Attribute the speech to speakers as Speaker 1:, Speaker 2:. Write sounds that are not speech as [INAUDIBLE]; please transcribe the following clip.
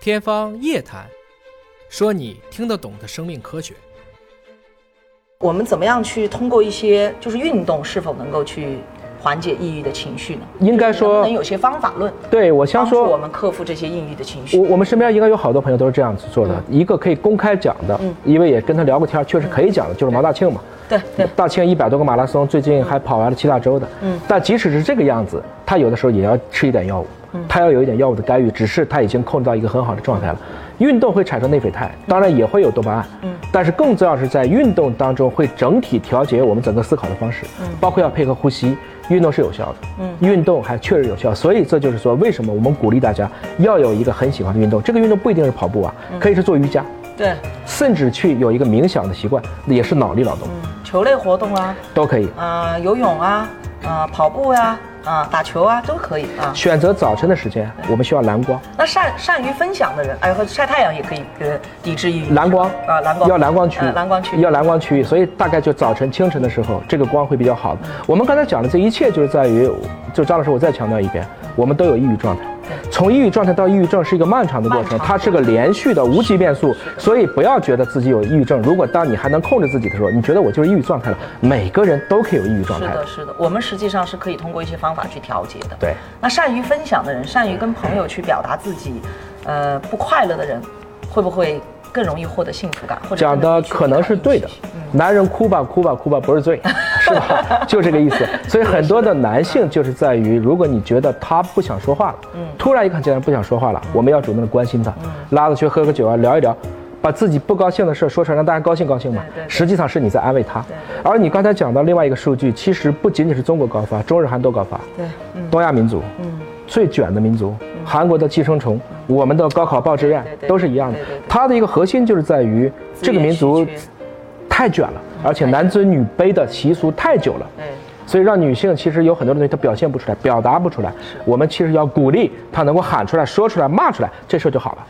Speaker 1: 天方夜谭，说你听得懂的生命科学。
Speaker 2: 我们怎么样去通过一些就是运动，是否能够去缓解抑郁的情绪呢？
Speaker 3: 应该
Speaker 2: 能不
Speaker 3: 说
Speaker 2: 能，有些方法论，
Speaker 3: 对我先
Speaker 2: 帮助我
Speaker 3: 说，
Speaker 2: 们克服这些抑郁的情绪
Speaker 3: 我？我们身边应该有好多朋友都是这样子做的。
Speaker 2: 嗯
Speaker 3: 一个可以公开讲的，因为也跟他聊过天儿，确实可以讲的，就是毛大庆嘛。
Speaker 2: 对对，
Speaker 3: 大庆一百多个马拉松，最近还跑完了七大洲的。嗯，但即使是这个样子，他有的时候也要吃一点药物，他要有一点药物的干预，只是他已经控制到一个很好的状态了。运动会产生内啡肽，当然也会有多巴胺，嗯，但是更重要是在运动当中会整体调节我们整个思考的方式，包括要配合呼吸，运动是有效的，嗯，运动还确实有效，所以这就是说为什么我们鼓励大家要有一个很喜欢的运动，这个运动不一定是跑步啊，可以是做瑜伽，
Speaker 2: 对，
Speaker 3: 甚至去有一个冥想的习惯，也是脑力劳动，
Speaker 2: 球类活动啊，
Speaker 3: 都可以。
Speaker 2: 啊，游泳啊，啊，跑步呀，啊，打球啊，都可以啊。
Speaker 3: 选择早晨的时间，我们需要蓝光，
Speaker 2: 那善善于分享的人，哎，和晒太阳也可以呃抵制抑郁。
Speaker 3: 蓝光
Speaker 2: 啊，蓝光
Speaker 3: 要蓝光区域
Speaker 2: 呃，蓝光区域
Speaker 3: 要蓝光区域，所以大概就早晨清晨的时候，这个光会比较好。我们刚才讲的这一切就是在于，就张老师，我再强调一遍，我们都有抑郁状态。从抑郁状态到抑郁症是一个漫长的过程，
Speaker 2: 漫长
Speaker 3: 它是个连续的无级变数，所以不要觉得自己有抑郁症。如果当你还能控制自己的时候，你觉得我就是抑郁状态了，每个人都可以有抑郁状
Speaker 2: 是
Speaker 3: 态的
Speaker 2: 的，是的，我们实际上是可以通过一些方法去调节的。
Speaker 3: 对，
Speaker 2: 那善于分享的人，善于跟朋友去表达自己，呃，不快乐的人，会不会更容易获得幸福感？或者
Speaker 3: 讲
Speaker 2: 更容
Speaker 3: 的
Speaker 2: 易去
Speaker 3: 可能是对的
Speaker 2: 表达自己。
Speaker 3: 男人哭吧哭吧哭吧不是
Speaker 2: [LAUGHS]
Speaker 3: 罪，是吧？就这个意思。所以很多的男性就是在于，如果你觉得他不想说话了，
Speaker 2: 嗯
Speaker 3: 突然一个很简单不想说话了，我们要主动的关心他，拉着去喝个酒啊，聊一聊。把自己不高兴的事儿说出来，让大家高兴高兴嘛
Speaker 2: 对对。对
Speaker 3: 实际上是你在安慰他
Speaker 2: 对。
Speaker 3: 而你刚才讲到另外一个数据，其实不仅仅是中国高发，中日韩都高发。
Speaker 2: 对，嗯
Speaker 3: 东亚民族，
Speaker 2: 嗯，
Speaker 3: 最卷的民族，韩国的寄生虫，我们的高考报志愿
Speaker 2: 对对对
Speaker 3: 都是一样的
Speaker 2: 对对对。
Speaker 3: 它的一个核心就是在于
Speaker 2: 资
Speaker 3: 这个
Speaker 2: 源
Speaker 3: 民
Speaker 2: 稀
Speaker 3: 族
Speaker 2: 缺嗯
Speaker 3: 太卷了，而且男尊女卑的习俗太久了。
Speaker 2: 对，
Speaker 3: 所以让女性其实有很多的东西她表现不出来，表达不出来。我们其实要鼓励她能够喊出来、说出来、骂出来，这事儿就好了。